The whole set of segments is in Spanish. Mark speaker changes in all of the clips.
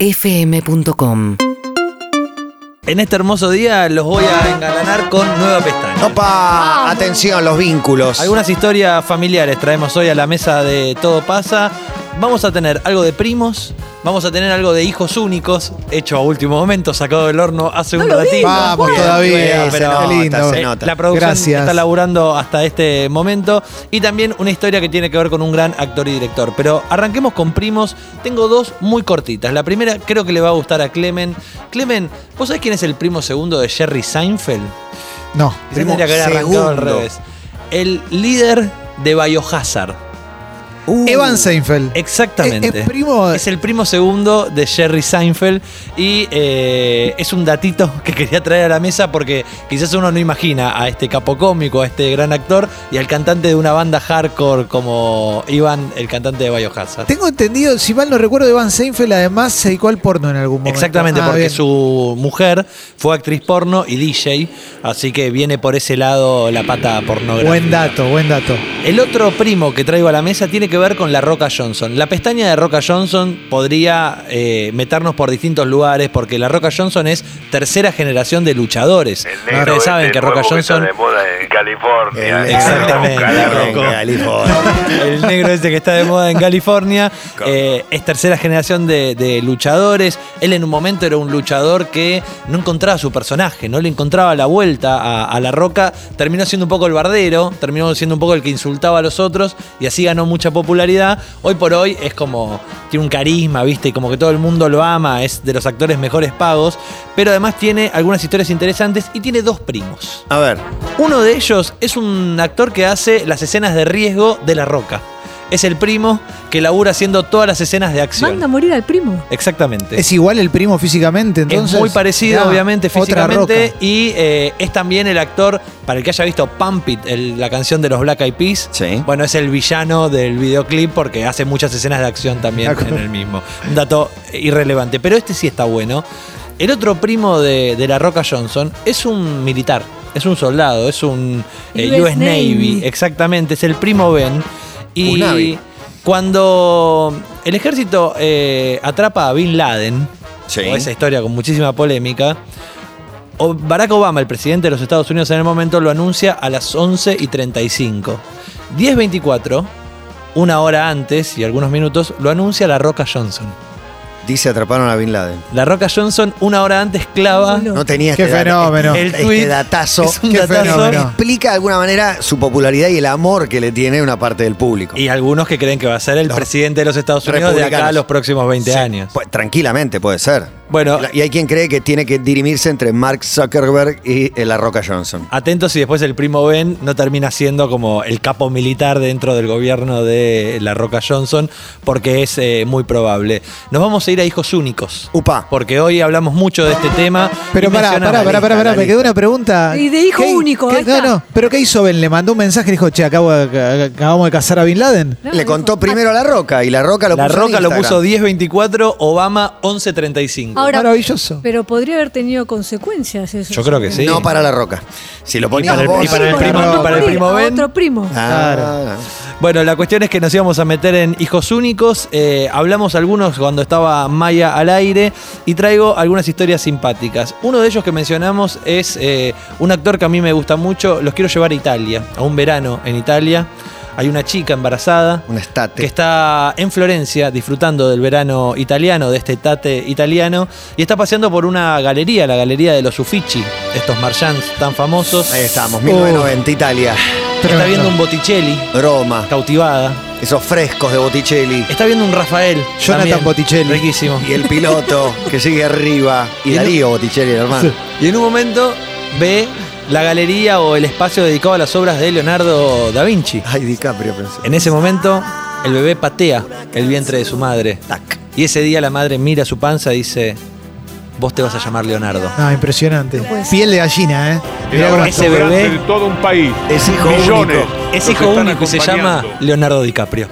Speaker 1: urbanaplayfm.com
Speaker 2: En este hermoso día los voy a engalanar con nueva pestaña.
Speaker 3: Opa, atención, los vínculos. Eh,
Speaker 2: Algunas historias familiares traemos hoy a la mesa de Todo Pasa. Vamos a tener algo de primos, vamos a tener algo de hijos únicos, hecho a último momento, sacado del horno hace un ratito.
Speaker 4: Vamos
Speaker 2: Bien,
Speaker 4: todavía,
Speaker 2: bien,
Speaker 4: se
Speaker 2: pero
Speaker 4: nota,
Speaker 2: eh,
Speaker 4: lindo.
Speaker 3: se nota.
Speaker 2: La producción
Speaker 4: Gracias.
Speaker 2: está laburando hasta este momento. Y también una historia que tiene que ver con un gran actor y director. Pero arranquemos con primos. Tengo dos muy cortitas. La primera creo que le va a gustar a Clemen. Clemen, ¿vos sabés quién es el primo segundo de Jerry Seinfeld?
Speaker 4: No.
Speaker 2: Quizás
Speaker 3: Primo
Speaker 2: tendría que haber arrancado al
Speaker 3: segundo.
Speaker 2: revés. El líder de Biohazard.
Speaker 3: Uh,
Speaker 4: Evan Seinfeld.
Speaker 2: Exactamente.
Speaker 4: Es- es primo-
Speaker 2: Es el primo segundo de Jerry Seinfeld. Y eh, es un datito que quería traer a la mesa porque quizás uno no imagina a este capo cómico, a este gran actor y al cantante de una banda hardcore como Iván, el cantante de Biohazard.
Speaker 4: Tengo entendido, si mal no recuerdo, Evan Seinfeld además se dedicó al porno en algún momento.
Speaker 2: Exactamente,
Speaker 4: Ah,
Speaker 2: porque
Speaker 4: bien.
Speaker 2: su mujer fue actriz porno y DJ, así que viene por ese lado la pata pornográfica.
Speaker 4: Buen dato, buen dato.
Speaker 2: El otro primo que traigo a la mesa tiene que ver con la Roca Johnson. La pestaña de Roca Johnson podría eh, meternos por distintos lugares porque la Roca Johnson es tercera generación de luchadores.
Speaker 5: El negro
Speaker 2: Ustedes
Speaker 5: este
Speaker 2: saben que
Speaker 5: nuevo
Speaker 2: Roca
Speaker 5: está
Speaker 2: Johnson,
Speaker 5: de moda en California.
Speaker 3: el-
Speaker 2: Exactamente.
Speaker 3: el-
Speaker 5: Carajo.
Speaker 3: el- California.
Speaker 2: el negro este que está de moda en California, eh, es tercera generación de, de luchadores. Él en un momento era un luchador que no encontraba su personaje, no le encontraba la vuelta a, a la roca. Terminó siendo un poco el bardero, terminó siendo un poco el que insultaba a los otros y así ganó mucha popularidad. Hoy por hoy es como, tiene un carisma, viste, y como que todo el mundo lo ama, es de los actores mejores pagos, pero además tiene algunas historias interesantes y tiene dos primos.
Speaker 3: A ver,
Speaker 2: Uno de ellos es un actor que hace las escenas de riesgo de La Roca. Es el primo que labura haciendo todas las escenas de acción.
Speaker 6: Manda a morir al primo.
Speaker 2: Exactamente.
Speaker 4: ¿Es igual el primo físicamente entonces?
Speaker 2: Es muy parecido,
Speaker 4: Ah,
Speaker 2: obviamente,
Speaker 4: otra
Speaker 2: físicamente.
Speaker 4: roca.
Speaker 2: Y eh, es también el actor, para el que haya visto Pump It, el- la canción de los Black Eyed Peas.
Speaker 3: Sí.
Speaker 2: Bueno, es el villano del videoclip porque hace muchas escenas de acción también
Speaker 4: De acuerdo.
Speaker 2: en el mismo. Un dato irrelevante. Pero este sí está bueno. El otro primo de, de la Roca Johnson es un militar, es un soldado, es un eh,
Speaker 6: US
Speaker 2: US Navy.
Speaker 6: Navy.
Speaker 2: exactamente, es el primo Ben. Y
Speaker 3: Un Navy.
Speaker 2: cuando el ejército eh, atrapa a Bin Laden,
Speaker 3: Sí.
Speaker 2: o esa historia con muchísima polémica, o- Barack Obama, el presidente de los Estados Unidos en el momento, lo anuncia a las 11 y 35. 10.24, una hora antes y algunos minutos, lo anuncia la Roca Johnson.
Speaker 3: dice atraparon a Bin Laden.
Speaker 2: La Roca Johnson una hora antes clava...
Speaker 6: No.
Speaker 3: No tenía
Speaker 4: Qué
Speaker 3: este dato-
Speaker 4: fenómeno.
Speaker 3: este-
Speaker 2: El
Speaker 3: este
Speaker 2: tuit
Speaker 3: datazo.
Speaker 2: es un
Speaker 3: que
Speaker 2: datazo.
Speaker 3: Explica de alguna manera su popularidad y el amor que le tiene una parte del público.
Speaker 2: Y algunos que creen que va a ser el
Speaker 3: Los
Speaker 2: presidente de los Estados Unidos de acá a
Speaker 3: republicanos.
Speaker 2: los próximos 20
Speaker 3: Sí,
Speaker 2: años.
Speaker 3: pues, tranquilamente puede ser.
Speaker 2: Bueno,
Speaker 3: Y hay quien cree que tiene que dirimirse entre Mark Zuckerberg y eh, la Roca Johnson.
Speaker 2: atentos si después el primo Ben no termina siendo como el capo militar dentro del gobierno de la Roca Johnson, porque es eh, muy probable. Nos vamos a ir a hijos únicos.
Speaker 3: Upa.
Speaker 2: Porque hoy hablamos mucho de este tema.
Speaker 4: Pero
Speaker 2: y
Speaker 4: pará,
Speaker 2: mencionamos-
Speaker 4: pará, pará, pará, pará, me quedó una pregunta.
Speaker 6: Y de hijo
Speaker 4: ¿Qué-
Speaker 6: único,
Speaker 4: qué-
Speaker 6: ahí
Speaker 4: no,
Speaker 6: está.
Speaker 4: no, pero ¿qué hizo Ben? ¿Le mandó un mensaje y dijo, che, acabo de- acabamos de cazar a Bin Laden?
Speaker 3: Le contó primero a la Roca y la Roca lo
Speaker 2: La
Speaker 3: puso. en
Speaker 2: Roca lo
Speaker 3: Instagram.
Speaker 2: puso 10.24, Obama 11.35.
Speaker 6: Ahora-
Speaker 4: Maravilloso.
Speaker 6: Pero podría haber tenido consecuencias eso.
Speaker 2: Yo creo que sí.
Speaker 3: No para la Roca. Si lo
Speaker 2: Y
Speaker 3: ponía
Speaker 2: para el-
Speaker 3: vos-
Speaker 2: y para el primo-
Speaker 6: Mandó
Speaker 2: y para el
Speaker 6: morir
Speaker 2: primo
Speaker 6: a
Speaker 2: Ben.
Speaker 6: Otro primo.
Speaker 3: Ah,
Speaker 2: Bueno, la cuestión es que nos íbamos a meter en hijos únicos. Eh, hablamos algunos cuando estaba Maya al aire y traigo algunas historias simpáticas. Uno de ellos que mencionamos es eh, un actor que a mí me gusta mucho. Los quiero llevar a Italia, a un verano en Italia. Hay una chica embarazada
Speaker 3: Un estate.
Speaker 2: que está en Florencia disfrutando del verano italiano, de este tate italiano, y está paseando por una galería, la galería de los Uffizi, estos marchands tan famosos.
Speaker 3: Ahí estamos, 1990, Italia,
Speaker 2: Está viendo un Botticelli,
Speaker 3: Roma,
Speaker 2: cautivada.
Speaker 3: esos frescos de Botticelli
Speaker 2: Está viendo un Rafael.
Speaker 4: Jonathan Botticelli.
Speaker 2: Riquísimo.
Speaker 3: y el piloto que sigue arriba y
Speaker 2: Y no-
Speaker 3: Darío Botticelli, el hermano.
Speaker 2: Y en un momento ve la galería o el espacio dedicado a las obras de Leonardo da Vinci.
Speaker 3: Ay, DiCaprio pensé.
Speaker 2: En ese momento, el bebé patea el vientre de su madre.
Speaker 3: Tac.
Speaker 2: Y ese día la madre mira su panza y dice: Vos te vas a llamar Leonardo.
Speaker 4: Ah, impresionante.
Speaker 6: puede ser.
Speaker 4: Piel de gallina, ¿eh? Mirá cómo
Speaker 2: Ese bebé
Speaker 5: todo un país.
Speaker 3: Es hijo
Speaker 5: Millones.
Speaker 3: único.
Speaker 2: es
Speaker 5: los
Speaker 2: hijo
Speaker 5: están
Speaker 2: único y se llama
Speaker 5: acompañando.
Speaker 2: Leonardo DiCaprio.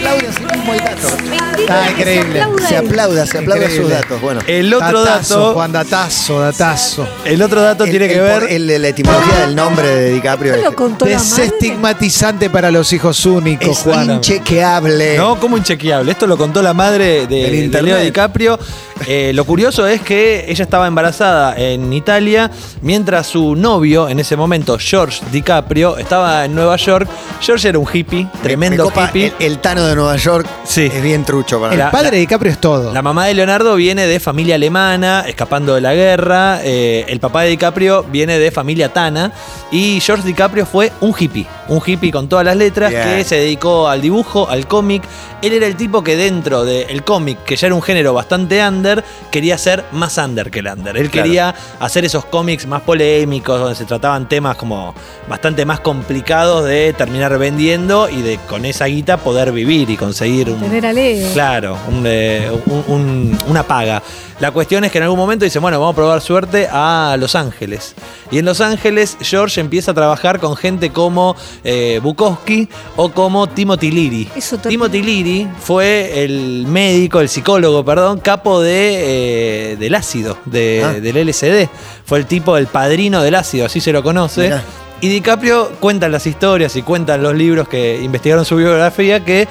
Speaker 3: Claudia, sí. mismo el dato.
Speaker 6: Ah,
Speaker 4: Está increíble.
Speaker 3: Se aplauda, se aplauda sus
Speaker 4: Increíble.
Speaker 3: datos. Bueno,
Speaker 2: El otro
Speaker 4: Datazo,
Speaker 2: dato,
Speaker 4: Juan, datazo, datazo.
Speaker 2: el otro dato
Speaker 3: el-
Speaker 2: tiene
Speaker 3: el
Speaker 2: que
Speaker 3: por-
Speaker 2: ver
Speaker 3: el- la etimología del nombre de DiCaprio
Speaker 6: ¿No
Speaker 3: es,
Speaker 6: lo contó la madre?
Speaker 4: Desestigmatizante para los hijos únicos,
Speaker 3: es
Speaker 4: Juan.
Speaker 3: inchequeable.
Speaker 2: No, como inchequeable. Esto lo contó la madre de,
Speaker 3: Del
Speaker 2: de
Speaker 3: internet.
Speaker 2: Leo DiCaprio. Eh, lo curioso es que ella estaba embarazada en Italia, mientras su novio, en ese momento, George DiCaprio, estaba en Nueva York. George era un hippie,
Speaker 3: Me-
Speaker 2: tremendo
Speaker 3: me copa
Speaker 2: hippie.
Speaker 3: el, el Tano de Nueva York
Speaker 2: Sí.
Speaker 3: es bien trucho para
Speaker 4: El
Speaker 3: mí.
Speaker 2: la-
Speaker 4: padre
Speaker 2: la-
Speaker 4: de DiCaprio es todo.
Speaker 2: La mamá de Leonardo viene de familia alemana, escapando de la guerra. Eh, el papá de DiCaprio viene de familia tana. Y George DiCaprio fue un hippie. Un hippie con todas las letras
Speaker 3: Bien.
Speaker 2: que se dedicó al dibujo, al cómic. Él era el tipo que dentro del cómic, que ya era un género bastante under, quería ser más under que el under. Él
Speaker 3: Claro.
Speaker 2: quería hacer esos cómics más polémicos, donde se trataban temas como bastante más complicados de terminar vendiendo y de con esa guita poder vivir y conseguir un,
Speaker 6: Tener a Leo.
Speaker 2: Claro, un, eh, un- un- una paga. La cuestión es que en algún momento dicen, bueno, vamos a probar suerte a Los Ángeles. Y en Los Ángeles, George empieza a trabajar con gente como eh, Bukowski o como Timothy Leary.
Speaker 6: Eso también.
Speaker 2: Timothy Leary fue el médico, el psicólogo, perdón, capo de, eh, del ácido, de-
Speaker 3: Ah.
Speaker 2: del LSD. Fue el tipo, el padrino del ácido, así se lo conoce.
Speaker 3: Mirá.
Speaker 2: Y DiCaprio cuentan las historias y cuentan los libros que investigaron su biografía que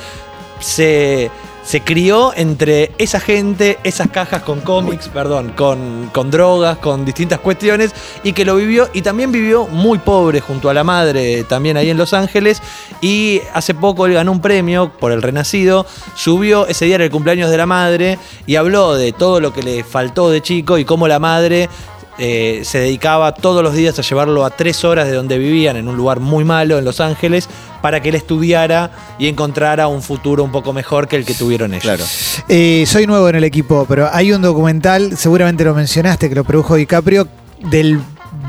Speaker 2: se, se crió entre esa gente, esas cajas con cómics, perdón, con, con drogas, con distintas cuestiones, y que lo vivió y también vivió muy pobre junto a la madre, también ahí en Los Ángeles, y hace poco él ganó un premio por el Renacido, subió, ese día era el cumpleaños de la madre, y habló de todo lo que le faltó de chico y cómo la madre eh, se dedicaba todos los días a llevarlo a tres horas de donde vivían, en un lugar muy malo, en Los Ángeles, para que él estudiara y encontrara un futuro un poco mejor que el que tuvieron ellos.
Speaker 3: Claro.
Speaker 4: Eh, soy nuevo en el equipo, pero hay un documental, seguramente lo mencionaste, que lo produjo DiCaprio, del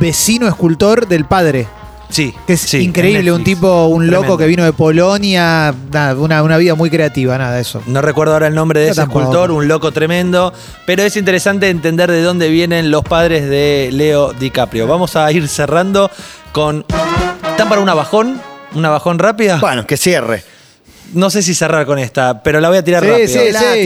Speaker 4: vecino escultor del padre.
Speaker 2: Sí.
Speaker 4: Que es
Speaker 2: sí, en
Speaker 4: increíble, un
Speaker 2: Netflix.
Speaker 4: tipo, un
Speaker 2: Tremendo.
Speaker 4: loco que vino de Polonia, nada, una, una vida muy creativa, nada, eso.
Speaker 2: No recuerdo ahora el nombre de
Speaker 4: Yo
Speaker 2: ese
Speaker 4: tampoco.
Speaker 2: escultor, un loco tremendo, pero es interesante entender de dónde vienen los padres de Leo DiCaprio. Vamos a ir cerrando con... ¿Están para una bajón? ¿Una bajón rápida?
Speaker 3: Bueno, que cierre.
Speaker 2: No sé si cerrar con esta, pero la voy a tirar
Speaker 4: Sí,
Speaker 2: rápido.
Speaker 4: sí,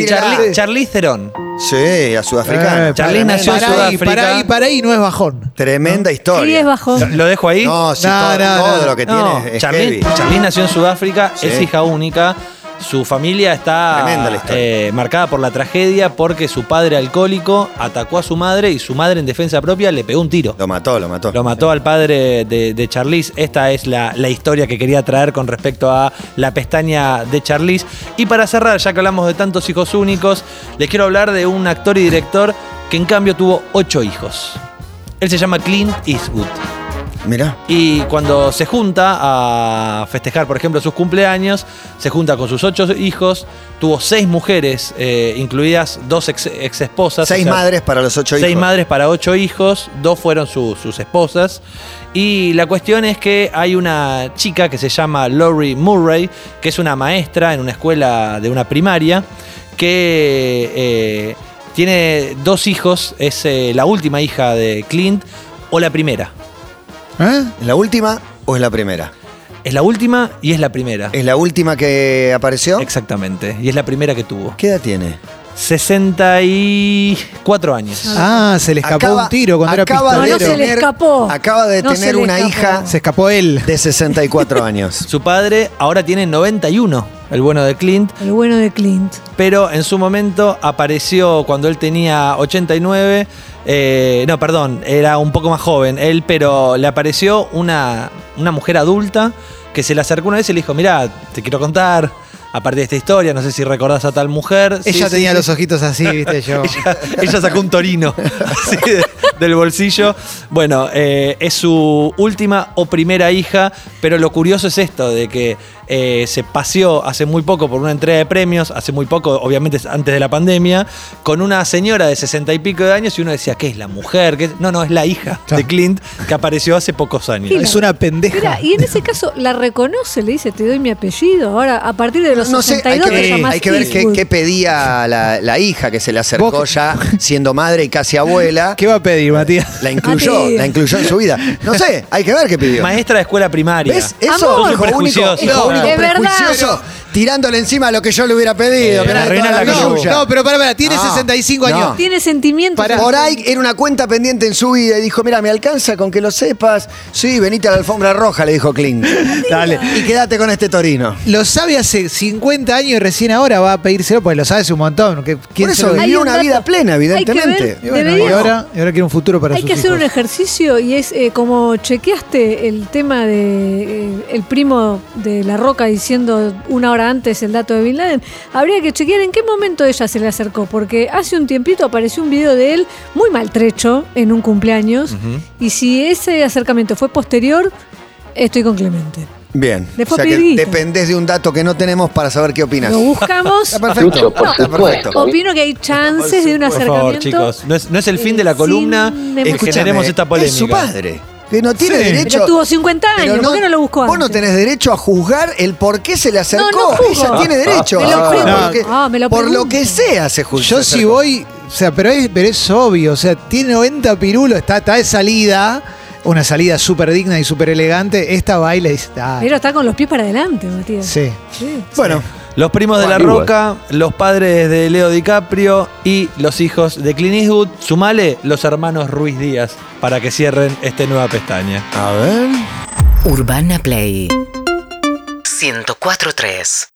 Speaker 3: sí,
Speaker 2: Charli-
Speaker 4: sí.
Speaker 2: Charlize Theron.
Speaker 3: Sí, a Sudafricano.
Speaker 4: Eh,
Speaker 2: Charlín
Speaker 3: Tremenda-
Speaker 2: nació en
Speaker 4: Para ahí,
Speaker 2: Sudáfrica.
Speaker 4: para ahí, para ahí, no es bajón.
Speaker 3: Tremenda
Speaker 6: Y
Speaker 3: historia.
Speaker 6: es bajón.
Speaker 2: ¿Lo dejo ahí?
Speaker 3: No, sí,
Speaker 4: No,
Speaker 3: todo,
Speaker 4: no,
Speaker 3: todo
Speaker 4: no.
Speaker 3: lo que
Speaker 2: No,
Speaker 3: tiene es
Speaker 2: Charlene,
Speaker 3: heavy.
Speaker 2: Charlene nació en Sudáfrica,
Speaker 3: Sí.
Speaker 2: es hija única. Su familia está
Speaker 3: Tremenda la historia.
Speaker 2: eh, marcada por la tragedia porque su padre alcohólico atacó a su madre y su madre en defensa propia le pegó un tiro.
Speaker 3: Lo mató, lo mató.
Speaker 2: Lo mató al padre de, de Charlize. Esta es la, la historia que quería traer con respecto a la pestaña de Charlize. Y para cerrar, ya que hablamos de tantos hijos únicos, les quiero hablar de un actor y director que en cambio tuvo ocho hijos. Él se llama Clint Eastwood.
Speaker 3: Mirá.
Speaker 2: Y cuando se junta a festejar, por ejemplo, sus cumpleaños, se junta con sus ocho hijos, tuvo seis mujeres, eh, incluidas dos ex, esposas.
Speaker 3: Seis madres para los ocho hijos.
Speaker 2: Seis madres para ocho hijos, dos fueron su- sus esposas. Y la cuestión es que hay una chica que se llama Lori Murray, que es una maestra en una escuela de una primaria, que eh, tiene dos hijos, es eh, la última hija de Clint o la primera.
Speaker 4: ¿Eh?
Speaker 3: ¿Es la última o es la primera?
Speaker 2: Es la última y es la primera.
Speaker 3: ¿Es la última que apareció?
Speaker 2: Exactamente. Y es la primera que tuvo.
Speaker 3: ¿Qué edad tiene?
Speaker 2: 64 años.
Speaker 4: Ah, se le escapó
Speaker 3: Acaba-
Speaker 4: un tiro cuando
Speaker 3: acaba
Speaker 4: era
Speaker 6: No, no
Speaker 4: pistolero.
Speaker 6: se le
Speaker 3: tener-
Speaker 6: escapó.
Speaker 3: Acaba de
Speaker 6: No se
Speaker 3: tener
Speaker 6: le
Speaker 3: una
Speaker 6: escapó.
Speaker 3: hija
Speaker 4: Se escapó él.
Speaker 3: de 64 años.
Speaker 2: Su padre ahora tiene 91, el bueno de Clint,
Speaker 6: El bueno de Clint.
Speaker 2: pero en su momento apareció cuando él tenía 89. eh, no, perdón, era un poco más joven él, pero le apareció una, una mujer adulta que se le acercó una vez y le dijo: Mirá, te quiero contar. A partir de esta historia, no sé si recordás a tal mujer. Sí,
Speaker 4: Ella
Speaker 2: sí,
Speaker 4: tenía
Speaker 2: sí.
Speaker 4: los ojitos así, viste, yo.
Speaker 2: ella, ella sacó un torino así de- del bolsillo. Bueno, eh, es su última o primera hija, pero lo curioso es esto, de que eh, se paseó hace muy poco por una entrega de premios, hace muy poco, obviamente es antes de la pandemia, con una señora de sesenta y pico de años y uno decía, ¿qué es la mujer? ¿Qué es? No, no, es la hija de
Speaker 4: Claro.
Speaker 2: Clint que apareció hace pocos años.
Speaker 6: Gil.
Speaker 4: es una pendeja.
Speaker 6: Mira, y en ese caso la reconoce, le dice, te doy mi apellido. Ahora, a partir de los
Speaker 3: No sé, hay
Speaker 6: 62
Speaker 3: que
Speaker 6: te
Speaker 3: ver,
Speaker 6: llamás
Speaker 3: hay que ver qué,
Speaker 6: Eastwood.
Speaker 3: qué pedía la, la hija que se le acercó
Speaker 4: Vos-
Speaker 3: ya siendo madre y casi abuela.
Speaker 4: ¿Qué va a pedir, Matías?
Speaker 6: Ah,
Speaker 3: La incluyó,
Speaker 6: Matías.
Speaker 3: la incluyó en su vida. No sé, hay que ver qué pidió.
Speaker 2: Maestra de escuela primaria.
Speaker 3: ¿Ves? Eso,
Speaker 6: Amor.
Speaker 3: hijo único,
Speaker 2: Prejuicioso.
Speaker 3: hijo
Speaker 6: No,
Speaker 3: único
Speaker 6: de verdad.
Speaker 3: prejuicioso. tirándole encima lo que yo le hubiera pedido.
Speaker 2: Eh,
Speaker 3: que era de
Speaker 2: arruina la
Speaker 3: toda
Speaker 4: No,
Speaker 3: vida.
Speaker 2: suya.
Speaker 4: no, pero pará, pará, tiene
Speaker 3: No,
Speaker 4: 65
Speaker 3: no.
Speaker 4: años.
Speaker 6: Tiene sentimientos.
Speaker 3: Para-
Speaker 6: el-
Speaker 3: Por ahí era una cuenta pendiente en su vida y dijo, mira, me alcanza con que lo sepas. Sí, venite a la alfombra roja, le dijo Kling. Dale. Y quédate con este torino.
Speaker 4: Lo sabe hace 50 años y recién ahora va a pedírselo porque lo sabe hace un montón. que- ¿quién
Speaker 3: Por
Speaker 4: se
Speaker 3: eso
Speaker 4: lo-
Speaker 3: vivió
Speaker 6: Hay un
Speaker 3: una
Speaker 6: dato.
Speaker 3: vida plena,
Speaker 6: Hay que ver-
Speaker 3: evidentemente.
Speaker 4: Y bueno,
Speaker 6: debería-
Speaker 4: y ahora, y ahora quiere un futuro para
Speaker 6: Hay
Speaker 4: sus
Speaker 6: que hacer un
Speaker 4: hijos.
Speaker 6: ejercicio y es eh, como chequeaste el tema de eh, el primo de La Roca diciendo una hora antes el dato de Bin Laden. Habría que chequear en qué momento ella se le acercó, porque hace un tiempito apareció un video de él muy maltrecho en un cumpleaños y si ese acercamiento fue posterior, estoy con Clemente.
Speaker 3: Bien.
Speaker 6: Después
Speaker 3: o sea que
Speaker 6: pidiguita.
Speaker 3: dependés de un dato que no tenemos para saber qué opinas.
Speaker 6: Lo buscamos.
Speaker 3: Está perfecto.
Speaker 1: Lucho, por
Speaker 3: Está
Speaker 1: supuesto.
Speaker 3: perfecto.
Speaker 6: Opino que hay chances de un
Speaker 2: Por
Speaker 6: acercamiento.
Speaker 2: favor, chicos. No es, no es el fin de la
Speaker 6: sin
Speaker 2: columna. eh,
Speaker 6: emoción.
Speaker 2: generemos esta polémica.
Speaker 3: Es su padre. Que no tiene
Speaker 4: Sí.
Speaker 3: derecho.
Speaker 6: Pero tuvo 50
Speaker 3: Pero
Speaker 6: años, ¿por qué no lo buscó
Speaker 3: Vos no
Speaker 6: antes?
Speaker 3: tenés derecho a juzgar el por qué se le acercó.
Speaker 6: No, no juzgo.
Speaker 3: Ella tiene derecho.
Speaker 6: Me
Speaker 3: a
Speaker 6: lo
Speaker 3: juzgar
Speaker 4: pregunto.
Speaker 3: porque-
Speaker 6: Ah, me lo
Speaker 3: por lo
Speaker 6: pregunto.
Speaker 3: que sea se juzga.
Speaker 4: Yo
Speaker 3: se
Speaker 4: si
Speaker 3: acercó.
Speaker 4: voy, o sea, pero es, pero es obvio, o sea, tiene 90 pirulos, está, está de salida, una salida súper digna y súper elegante, esta baila y está.
Speaker 6: Pero está con los pies para adelante, Matías.
Speaker 4: Sí.
Speaker 6: Sí.
Speaker 3: Bueno,
Speaker 2: Los primos de La
Speaker 1: Igual.
Speaker 2: Roca, los padres de Leo DiCaprio y los hijos de Clint Eastwood. Sumale los hermanos Ruiz Díaz para que cierren esta nueva pestaña.
Speaker 3: a ver.
Speaker 7: Urbana Play 104.3